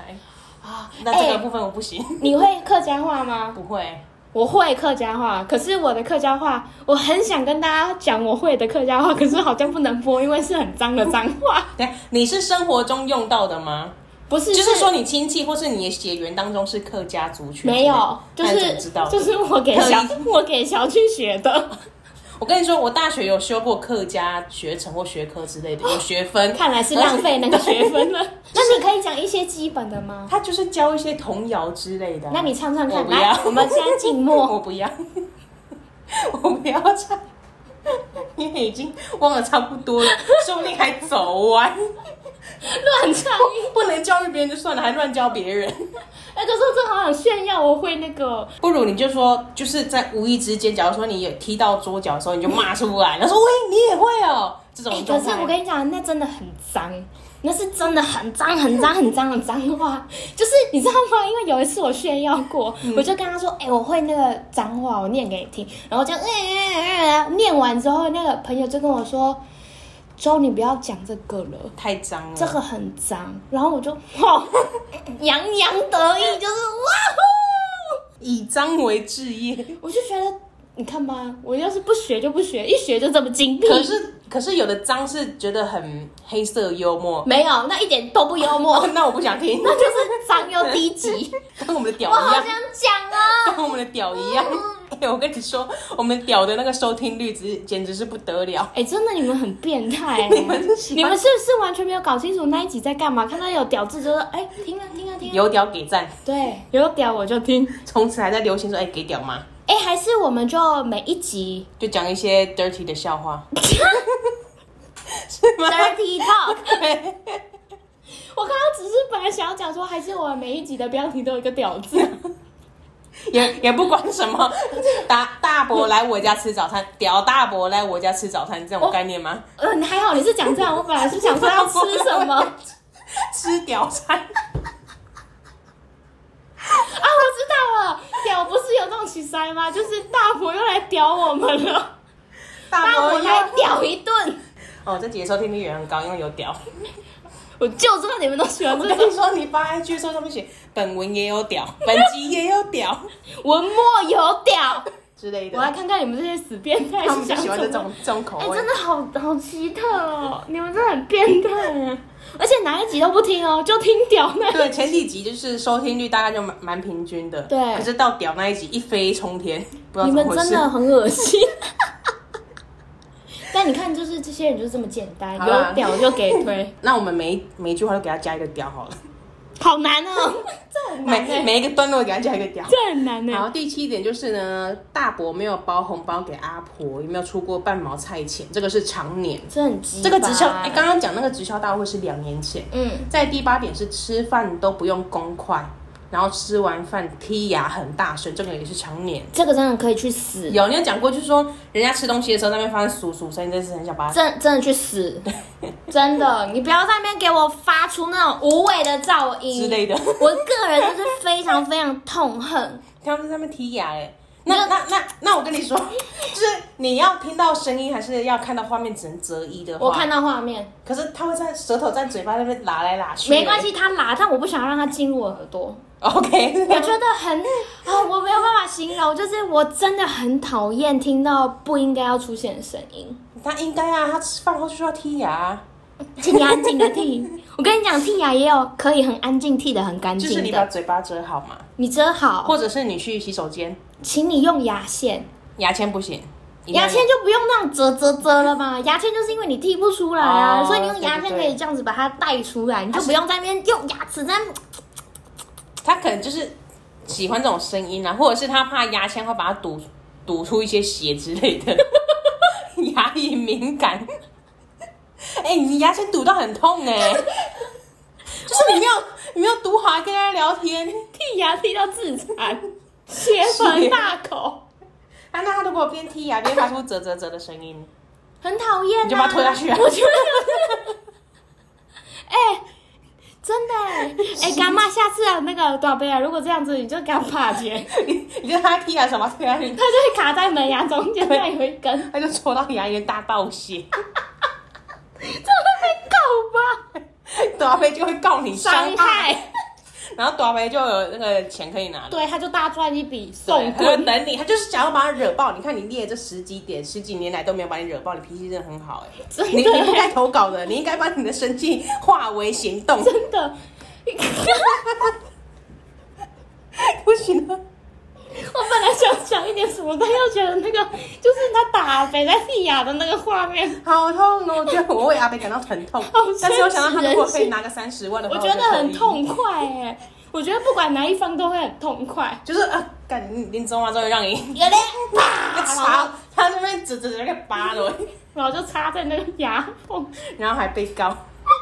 Speaker 2: 啊
Speaker 1: 那这个
Speaker 2: 哎
Speaker 1: 部分我不行，
Speaker 2: 你会客家话吗？
Speaker 1: 不会。
Speaker 2: 我会客家话，可是我的客家话，我很想跟大家讲我会的客家话，可是好像不能播，因为是很脏的脏话。
Speaker 1: 等一下，你是生活中用到的吗？
Speaker 2: 不是，
Speaker 1: 就是说你亲戚或是你的血缘当中是客家族群之类的？
Speaker 2: 没有，就
Speaker 1: 那你怎么
Speaker 2: 是
Speaker 1: 知道的？
Speaker 2: 就是我给小
Speaker 1: 可以
Speaker 2: 我给小去学的。
Speaker 1: 我跟你说，我大学有修过客家学程或学科之类的，有学分。
Speaker 2: 啊看来是浪费那个学 分了。那你可以讲一些基本的吗？
Speaker 1: 他就是教一些童谣之类的啊。
Speaker 2: 那你唱唱
Speaker 1: 我
Speaker 2: 看，
Speaker 1: 不
Speaker 2: 来
Speaker 1: 要，
Speaker 2: 我们现在静默。
Speaker 1: 我不要，我不要唱，因为已经忘了差不多了，说不定还走歪。
Speaker 2: 乱唱，
Speaker 1: 不能教育别人就算了，还乱教别人，
Speaker 2: 哎，可是我真的好想炫耀，我会那个，
Speaker 1: 不如你就说，就是在无意之间，假如说你有踢到桌角的时候，你就骂出来，然后说喂，你也会哦，这种
Speaker 2: 哎，可
Speaker 1: 状
Speaker 2: 是
Speaker 1: 态。
Speaker 2: 我跟你讲，那真的很脏，那是真的很脏、很脏、很脏的脏话。就是你知道吗？因为有一次我炫耀过，
Speaker 1: 嗯
Speaker 2: 我就跟他说：“哎、我会那个脏话，我念给你听。”然后就、嗯嗯嗯嗯，念完之后，那个朋友就跟我说：“周，你不要讲这个了。”
Speaker 1: 太脏了，
Speaker 2: 这个很脏，然后我就哇，洋洋得意，就是哇
Speaker 1: 以脏为置业。
Speaker 2: 呼！我就觉得，你看吧，我要是不学就不学，一学就这么精辟。
Speaker 1: 可是 可是有的脏是觉得很黑色幽默，
Speaker 2: 没有，那一点都不幽默
Speaker 1: 哦，，那我不想听，
Speaker 2: 嗯 那就是脏又低级。
Speaker 1: 跟我们的屌
Speaker 2: 我
Speaker 1: 一
Speaker 2: 好嗯
Speaker 1: 样
Speaker 2: 想。讲
Speaker 1: 哦
Speaker 2: 啊！
Speaker 1: 跟我们的屌一样。哎， 我跟你说，我们屌的那个收听率只简直是不得了。
Speaker 2: 哎、真的，你们很变态、
Speaker 1: 你们是喜
Speaker 2: 你
Speaker 1: 欢
Speaker 2: 们是不是完全没有搞清楚那一集在干嘛？看到有屌字就是哎、听啊听啊听啊，
Speaker 1: 有屌给赞，
Speaker 2: 对有屌我就听。
Speaker 1: 从此还在流行说，哎、给屌吗？
Speaker 2: 哎、还是我们就每一 集
Speaker 1: 就讲一些 dirty 的笑话， 是吗？
Speaker 2: dirty talk。
Speaker 1: 对
Speaker 2: 我刚刚只是本来想要讲说，还是我们每一集的标题都有一个“屌”字，
Speaker 1: 也也不管什么，大大伯来我家吃早餐，屌大伯来我家吃早餐这种概念吗？
Speaker 2: 嗯，还好你是讲这样，我本来是想说要吃什 么啊，
Speaker 1: 吃屌 餐，
Speaker 2: 我知道了，屌不是有那种起塞吗？就是大伯又来屌我们了，
Speaker 1: 大
Speaker 2: 大伯来
Speaker 1: 来
Speaker 2: 屌一顿，
Speaker 1: 哦，这节收听率也很高，因为有屌。
Speaker 2: 我就知道你们都喜欢
Speaker 1: 我
Speaker 2: 这
Speaker 1: 跟
Speaker 2: 种
Speaker 1: 你说，你发 IG 的时候上面写本文也有屌，本集也有屌
Speaker 2: 文末有屌，
Speaker 1: 之类的。
Speaker 2: 我来看看你们这些死变态
Speaker 1: 他
Speaker 2: 是
Speaker 1: 们就
Speaker 2: 想
Speaker 1: 喜欢
Speaker 2: 什
Speaker 1: 这
Speaker 2: 么
Speaker 1: 种。这种口
Speaker 2: 哎、
Speaker 1: 味。
Speaker 2: 真的好好奇特哦！你们真的很变态啊，而且哪一集都不听哦，就听屌那一集
Speaker 1: 对，前几集就是收听率大概就蛮蛮平均的，
Speaker 2: 对
Speaker 1: 可是到屌那一集一飞冲天，不知道
Speaker 2: 你
Speaker 1: 怎么
Speaker 2: 们
Speaker 1: 回
Speaker 2: 真
Speaker 1: 事。
Speaker 2: 的很恶心。 但你看，就是这些人就是这么简单，
Speaker 1: 好啦
Speaker 2: 有屌就给 推，
Speaker 1: 那我们每一每一句话都给他加一个屌好了，
Speaker 2: 好难哦，这很难
Speaker 1: 每
Speaker 2: 欸，
Speaker 1: 每一个段落给他加一个屌。
Speaker 2: 这很难欸
Speaker 1: 然后
Speaker 2: 呢。
Speaker 1: 第七点就是呢，大伯没有包红包给阿婆，也没有出过半毛菜钱，这个是常年。
Speaker 2: 这很鸡巴
Speaker 1: 这个直销，哎，刚刚讲那个直销大会是两年前。
Speaker 2: 嗯，
Speaker 1: 在第八点是吃饭都不用公筷，然后吃完饭剔牙很大声，这个也是常年。
Speaker 2: 这个真的可以去死，
Speaker 1: 有，你有讲过，就是说人家吃东西的时候，那边发生数数声，真是很想把它。
Speaker 2: 真真的去死，真的，你不要在那边给我发出那种无谓的噪音
Speaker 1: 之类的
Speaker 2: 我个人就是非常非常痛恨，
Speaker 1: 他们在那边剔牙哎、那那那那我跟 你说，就是你要听到声音，还是要看到画面，只能择一的话。
Speaker 2: 我看，到画面，
Speaker 1: 可是他会在舌头在嘴巴那边拉来拉去、欸
Speaker 2: 没关。系，他拉，但我不想让他进入我耳朵，
Speaker 1: OK，
Speaker 2: 我觉得很啊、我没有办法形容，就是我真的很讨厌听到不应该要出现的声音，
Speaker 1: 他应该啊，他吃饭后就要剔牙啊，
Speaker 2: 请你安静的 剃。我跟你讲，剃牙也有可以很安静剃的很干
Speaker 1: 就
Speaker 2: 净的，
Speaker 1: 是你把嘴巴遮好嘛，
Speaker 2: 你遮好，
Speaker 1: 或者是你去洗手间，
Speaker 2: 请你用牙线。
Speaker 1: 牙签不行，一定要
Speaker 2: 牙签就不用那种折折折 了嘛，牙签就是因为你剔不出来啊，
Speaker 1: 哦
Speaker 2: 所以你用牙签
Speaker 1: 对对
Speaker 2: 可
Speaker 1: 对
Speaker 2: 以这样子把它带出来，你就不用在那边用牙齿在那边
Speaker 1: 他可能就是喜欢这种声音啊，或者是他怕牙签会把它堵堵出一些血之类的， 牙龈敏感。哎、你牙签堵到很痛哎、就是你没有你没有堵好，还跟人家聊天。
Speaker 2: 剔牙剔到自残，血盆大口，
Speaker 1: 啊，那他如果边剔牙边发出啧啧啧的声音，
Speaker 2: 很讨厌、啊。
Speaker 1: 你就把它拖下去啊
Speaker 2: 我觉得， 哎、真的哎、 哎、干妈，下次啊，那个短贝啊，如果这样子，你就干怕 姐，
Speaker 1: 你你就他剔牙什么推下去
Speaker 2: 它，就会卡在门牙中间那有一根，
Speaker 1: 他就戳到牙龈大爆血，
Speaker 2: 这会被告吧？
Speaker 1: 朵肥就会告你
Speaker 2: 伤
Speaker 1: 伤害，
Speaker 2: 害，
Speaker 1: 然后朵肥就有那个钱可以拿了。
Speaker 2: 对，他就大赚一笔，
Speaker 1: 对，
Speaker 2: 送
Speaker 1: 他会
Speaker 2: 棍。
Speaker 1: 等你，他就是想要把他惹爆。你看你列这十几点，十几年来都没有把你惹爆，你脾气真的很好哎、
Speaker 2: 真的
Speaker 1: 你你不该投稿的，你应该把你的生气化为行动。
Speaker 2: 真的，
Speaker 1: 不行啊了，
Speaker 2: 我本来想讲一点什么，但又觉得那个就是他打北在地亚的那个画面，
Speaker 1: 好痛哦！我觉得我为阿北感到疼痛
Speaker 2: 好真，实
Speaker 1: 但是我想到他如果可以拿个三十万的话，
Speaker 2: 我
Speaker 1: 我
Speaker 2: 觉得很
Speaker 1: 就同意。
Speaker 2: 痛快哎、我觉得不管哪一方都会很痛快。
Speaker 1: 就是啊，干你林中华终于让你
Speaker 2: 有嘞，
Speaker 1: 一
Speaker 2: 然
Speaker 1: 插，他那边指指着那个疤了，
Speaker 2: 然后就插在那个牙缝，
Speaker 1: 然后还被告。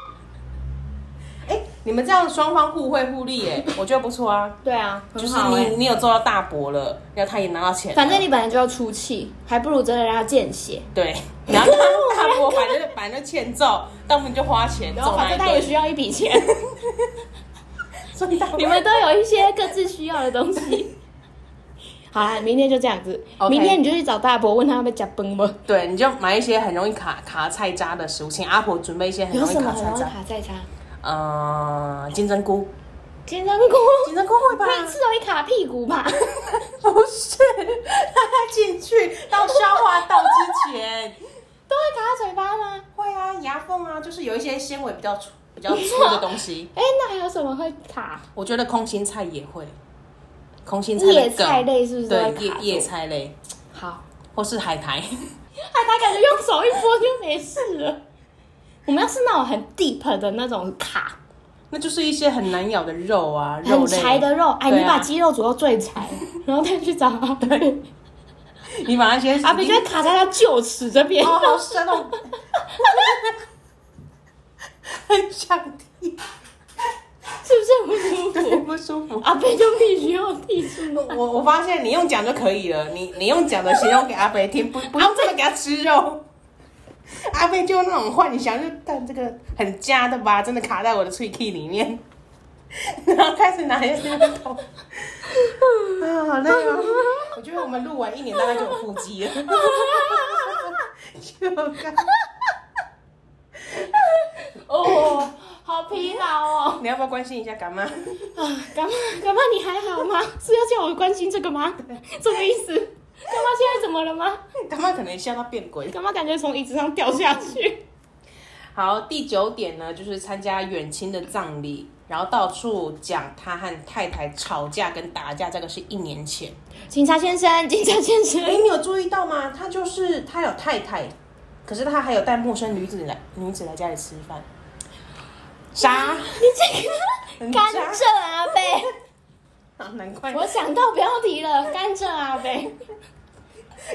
Speaker 1: 哎、你们这样双方互惠互利哎、我觉得不错啊。
Speaker 2: 对啊，
Speaker 1: 就
Speaker 2: 很
Speaker 1: 是
Speaker 2: 好哎、
Speaker 1: 你你有做到大伯了，然后他也拿到钱了，
Speaker 2: 反正你本来就要出气，还不如真的让他见血。
Speaker 1: 对，然后他大伯反正反正欠揍，但我们就花钱，
Speaker 2: 然后
Speaker 1: 揍
Speaker 2: 反
Speaker 1: 他一
Speaker 2: 正他也
Speaker 1: 顿
Speaker 2: 需要一笔钱，
Speaker 1: 所以大伯
Speaker 2: 你们都有一些各自需要的东 西。好啦，明天就这样子。
Speaker 1: OK
Speaker 2: 明天你就去找大伯，问他要不要加崩吗？
Speaker 1: 对，你就买一些很容易卡卡菜渣的食物，请阿婆准备一些很
Speaker 2: 有
Speaker 1: 容易
Speaker 2: 什么
Speaker 1: 卡
Speaker 2: 很
Speaker 1: 菜
Speaker 2: 容易
Speaker 1: 渣，
Speaker 2: 卡在他？
Speaker 1: 呃，金针菇，
Speaker 2: 金针菇
Speaker 1: 金针菇会 吧？
Speaker 2: 会刺容易卡屁股吧？
Speaker 1: 不是，它进去到消化道之前，
Speaker 2: 都会卡在嘴巴吗？
Speaker 1: 会啊，牙缝啊，就是有一些纤维比较粗比较粗 的东西，
Speaker 2: 哎，那还有什么会卡？
Speaker 1: 我觉得空心菜也会，空心菜的
Speaker 2: 叶菜
Speaker 1: 梗
Speaker 2: 类是不是都
Speaker 1: 对
Speaker 2: 会
Speaker 1: 叶
Speaker 2: 卡住？
Speaker 1: 叶菜类，
Speaker 2: 好，
Speaker 1: 或是海苔。
Speaker 2: 哎，他感觉用手一拨就没事了。我们要是那种很 deep 的那种卡，
Speaker 1: 那就是一些很难咬的肉啊，肉
Speaker 2: 很
Speaker 1: 类。
Speaker 2: 柴的肉，哎，
Speaker 1: 对啊
Speaker 2: 你把鸡肉煮到最柴，然后再去找阿贝，
Speaker 1: 你把那些
Speaker 2: 阿贝就会卡在他臼齿这边。
Speaker 1: 哦，好深哦，很想踢，
Speaker 2: 是不是很不舒
Speaker 1: 对，
Speaker 2: 服？
Speaker 1: 不舒服。
Speaker 2: 阿贝就必须要剃出来。
Speaker 1: 我我发现你用讲就可以了，你你用讲的形容给阿北听，不不用真的给他吃肉。 阿贝就那种幻想，就但这个很夹的吧，真的卡在我的喙器里面， 然后开始拿一些头， 啊，好累哦！我觉得我们录完一年大概就有腹肌了，就干。
Speaker 2: 哦，好疲劳哦。
Speaker 1: 你要不要关心一下干 妈？
Speaker 2: 啊， 干妈，干妈，你还好吗？ 是要叫我关心这个吗？ 什么意思？干妈现在怎么了吗？
Speaker 1: 干妈可能吓到变鬼。
Speaker 2: 干妈感觉从椅子上掉下去。
Speaker 1: 好，第九点呢，就是参加远亲的葬礼，然后到处讲他和太太吵架跟打架，这个是一年前。
Speaker 2: 警察先生，警察先生
Speaker 1: 哎，，你有注意到吗？他就是他有太太，可是他还有带陌生女子来女子来家里吃饭，渣，
Speaker 2: 你这
Speaker 1: 很
Speaker 2: 个
Speaker 1: 渣
Speaker 2: 甘蔗阿贝，
Speaker 1: 啊难怪
Speaker 2: 我想到标题了，啊甘蔗阿贝，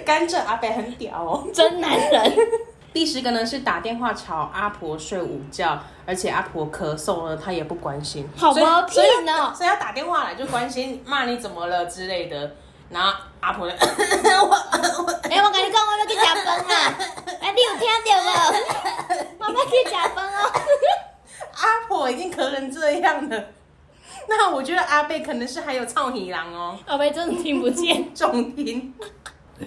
Speaker 1: 甘蔗阿北很屌哦。
Speaker 2: 真男人。
Speaker 1: 第十个呢是打电话吵阿婆睡午觉，而且阿婆咳嗽呢，她也不关心，
Speaker 2: 好
Speaker 1: 所以
Speaker 2: 没
Speaker 1: 所以
Speaker 2: 品
Speaker 1: 要
Speaker 2: 哦
Speaker 1: 所以要打电话来就关心，骂你怎么了之类的。然后阿婆就 我我
Speaker 2: 哎、我跟你讲，我要去食饭 啊！哎、你有听到 无？我要去食饭哦。
Speaker 1: 阿婆已经咳成这样了，那我觉得阿贝可能是还有操你狼哦，
Speaker 2: 阿贝真的听不 见，
Speaker 1: 重听。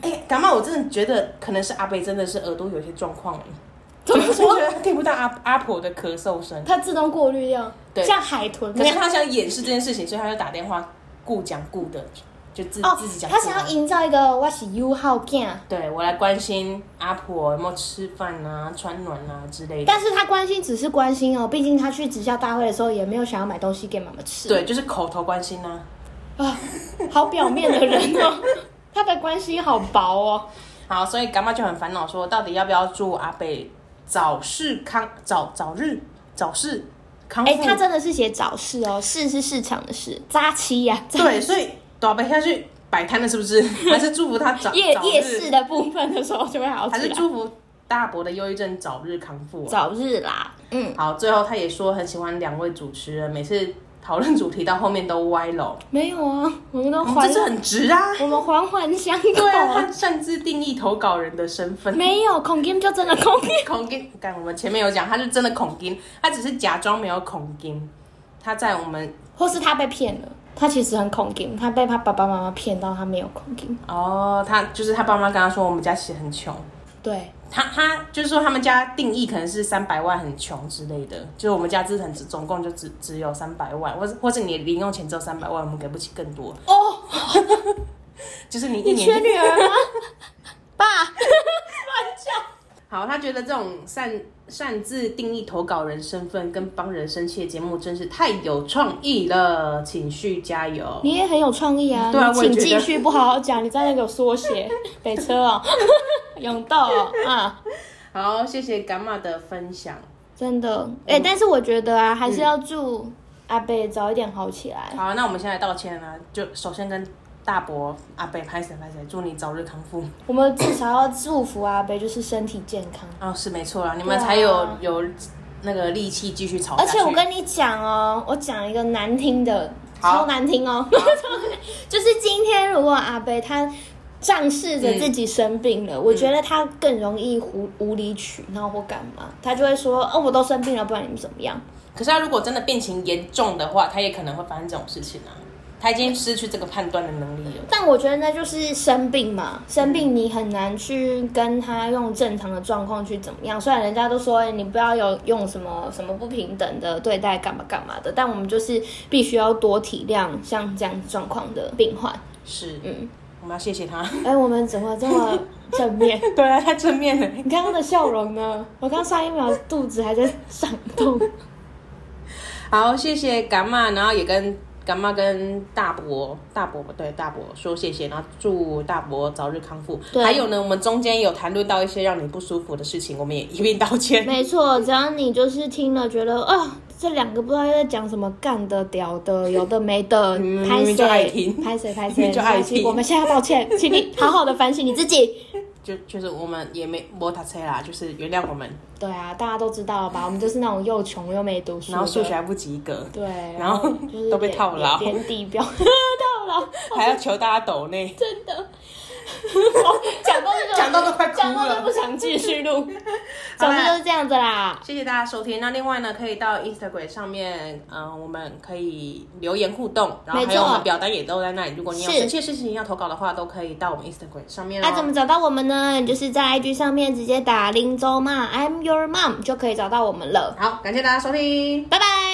Speaker 1: 哎、感冒我真的觉得可能是阿贝真的是耳朵有些状况哎，
Speaker 2: 怎
Speaker 1: 我
Speaker 2: 么
Speaker 1: 觉
Speaker 2: 说？
Speaker 1: 得他听不到阿阿婆的咳嗽声。
Speaker 2: 它自动过滤掉，
Speaker 1: 对
Speaker 2: 像海豚
Speaker 1: 可是他想掩饰这件事情，所以他就打电话顾讲顾的，就自、
Speaker 2: 哦
Speaker 1: 自己，讲。
Speaker 2: 他想要营造一个我是 U 号啊 g
Speaker 1: 对我来关心阿婆有没有吃饭啊、穿暖啊之类的。
Speaker 2: 但是他关心只是关心哦，毕竟他去直销大会的时候也没有想要买东西给妈妈吃。
Speaker 1: 对，就是口头关心啊。
Speaker 2: 啊，好表面的 人哦，他的关心好薄哦。
Speaker 1: 好，所以干妈就很烦恼，说到底要不要祝阿贝早日康早早日早日康复？
Speaker 2: 哎、他真的是写早市哦，市是市场的市，扎七呀、扎
Speaker 1: 对，所以倒霉下去摆摊了，是不 是？还是祝福他早
Speaker 2: 夜
Speaker 1: 早日
Speaker 2: 夜市啊的部分的时候就会好
Speaker 1: 还
Speaker 2: 起
Speaker 1: 是
Speaker 2: 来。
Speaker 1: 祝福大伯的忧郁症早日康复、啊。
Speaker 2: 早日啦，嗯，
Speaker 1: 好，最后他也说很喜欢两位主持人，每次讨论主题到后面都歪 楼，
Speaker 2: 没有啊，我们都
Speaker 1: 嗯这
Speaker 2: 环，
Speaker 1: 是很直啊。
Speaker 2: 我们环环相扣。
Speaker 1: 对啊，他擅自定义投稿人的身份。
Speaker 2: 没有恐 game 就真的恐 game。
Speaker 1: 恐金，干我们前面有讲，他是真的恐金，他只是假装没有恐金。他在我们
Speaker 2: 或是他被骗了，他其实很恐惊，他被他爸爸妈妈骗到他没有恐惊。
Speaker 1: 哦，他就是他爸妈跟他说我们家其实很穷，
Speaker 2: 对，
Speaker 1: 他他就是说他们家定义可能是三百万很穷之类的，就是我们家资产只总共就只只有三百万，或是或是你零用钱只有三百万，我们给不起更多。
Speaker 2: 哦，
Speaker 1: 就是你一
Speaker 2: 你
Speaker 1: 年
Speaker 2: 缺女儿吗？爸，
Speaker 1: 好，他觉得这种擅擅自定义投稿人身份跟帮人生气的节目真是太有创意了，请续加油。
Speaker 2: 你也很有创意啊，
Speaker 1: 对啊
Speaker 2: 你
Speaker 1: 我也
Speaker 2: 请
Speaker 1: 觉得
Speaker 2: 继续不好好讲，你在那给我缩写北车 哦，永道哦，啊。
Speaker 1: 好，谢谢干妈的分享。
Speaker 2: 真的，哎、
Speaker 1: 嗯
Speaker 2: 但是我觉得啊，还是要祝阿贝早一点好起来。
Speaker 1: 好，那我们现在道歉啦，就首先跟大伯阿北拍谁拍谁，祝你早日康复。
Speaker 2: 我们至少要祝福阿贝，就是身体健康。
Speaker 1: 哦，是没错啦，你们
Speaker 2: 对啊
Speaker 1: 才有、有那个力气继续吵下
Speaker 2: 而
Speaker 1: 去。
Speaker 2: 且我跟你讲哦，我讲一个难听的，
Speaker 1: 好
Speaker 2: 超难听哦， 就是今天如果阿贝他仗势着自己生
Speaker 1: 嗯
Speaker 2: 病了，我觉得他更容易无无理取闹或干嘛，他就会说哦，我都生病了，不然你们怎么样？
Speaker 1: 可是他如果真的病情严重的话，他也可能会发生这种事情啊。他已经失去这个判断的能力了。
Speaker 2: 但我觉得那就是生病嘛，生病你很难去跟他用正常的状况去怎么样。虽然人家都说、哎你不要有用什么什么不平等的对待干嘛干嘛的，但我们就是必须要多体谅像这样状况的病患。
Speaker 1: 是，
Speaker 2: 嗯，
Speaker 1: 我们要谢谢他。
Speaker 2: 哎、我们怎么这么正面？
Speaker 1: 对啊，太正面了。
Speaker 2: 你看他的笑容呢？我刚上一秒肚子还在闪 动。
Speaker 1: 好，谢谢干妈，然后也跟干妈跟大伯、大伯对大伯说谢谢，然后祝大伯早日康复。
Speaker 2: 对
Speaker 1: 还有呢，我们中间有谈论到一些让你不舒服的事情，我们也一并道歉。
Speaker 2: 没错，只要你就是听了觉得啊、这两个不知道在讲什么，干的、屌的，有的没的
Speaker 1: 嗯，
Speaker 2: 拍
Speaker 1: 明明就爱
Speaker 2: 谁
Speaker 1: 听
Speaker 2: 拍谁拍
Speaker 1: 明
Speaker 2: 谁，
Speaker 1: 明就爱
Speaker 2: 下期
Speaker 1: 听
Speaker 2: 我们现在道歉，请你好好的反省你自己。
Speaker 1: 就就是我们也没摸他车啦，就是原谅我们，
Speaker 2: 对啊，大家都知道吧？我们就是那种又穷又没读书的，
Speaker 1: 然后数学还不及格，
Speaker 2: 对，
Speaker 1: 然后
Speaker 2: 就是
Speaker 1: 都被
Speaker 2: 点
Speaker 1: 套牢
Speaker 2: 点点地标 套牢，
Speaker 1: 还要求大家抖内。
Speaker 2: 真的。哦讲到这个，
Speaker 1: 讲到都快哭了
Speaker 2: 讲到都不想继续录。 总之就是这样子啦。
Speaker 1: 谢谢大家收听。那另外呢，可以到 Instagram 上面，嗯、我们可以留言互动，然后还
Speaker 2: 没
Speaker 1: 有
Speaker 2: 错
Speaker 1: 我们表单也都在那里。如果你有
Speaker 2: 是
Speaker 1: 生气的事情要投稿的话，都可以到我们 Instagram 上面、哦。
Speaker 2: 那、啊怎么找到我们呢？你就是在 IG 上面直接打林州嘛，I'm your mom 就可以找到我们了。
Speaker 1: 好，感谢大家收听。
Speaker 2: 拜拜。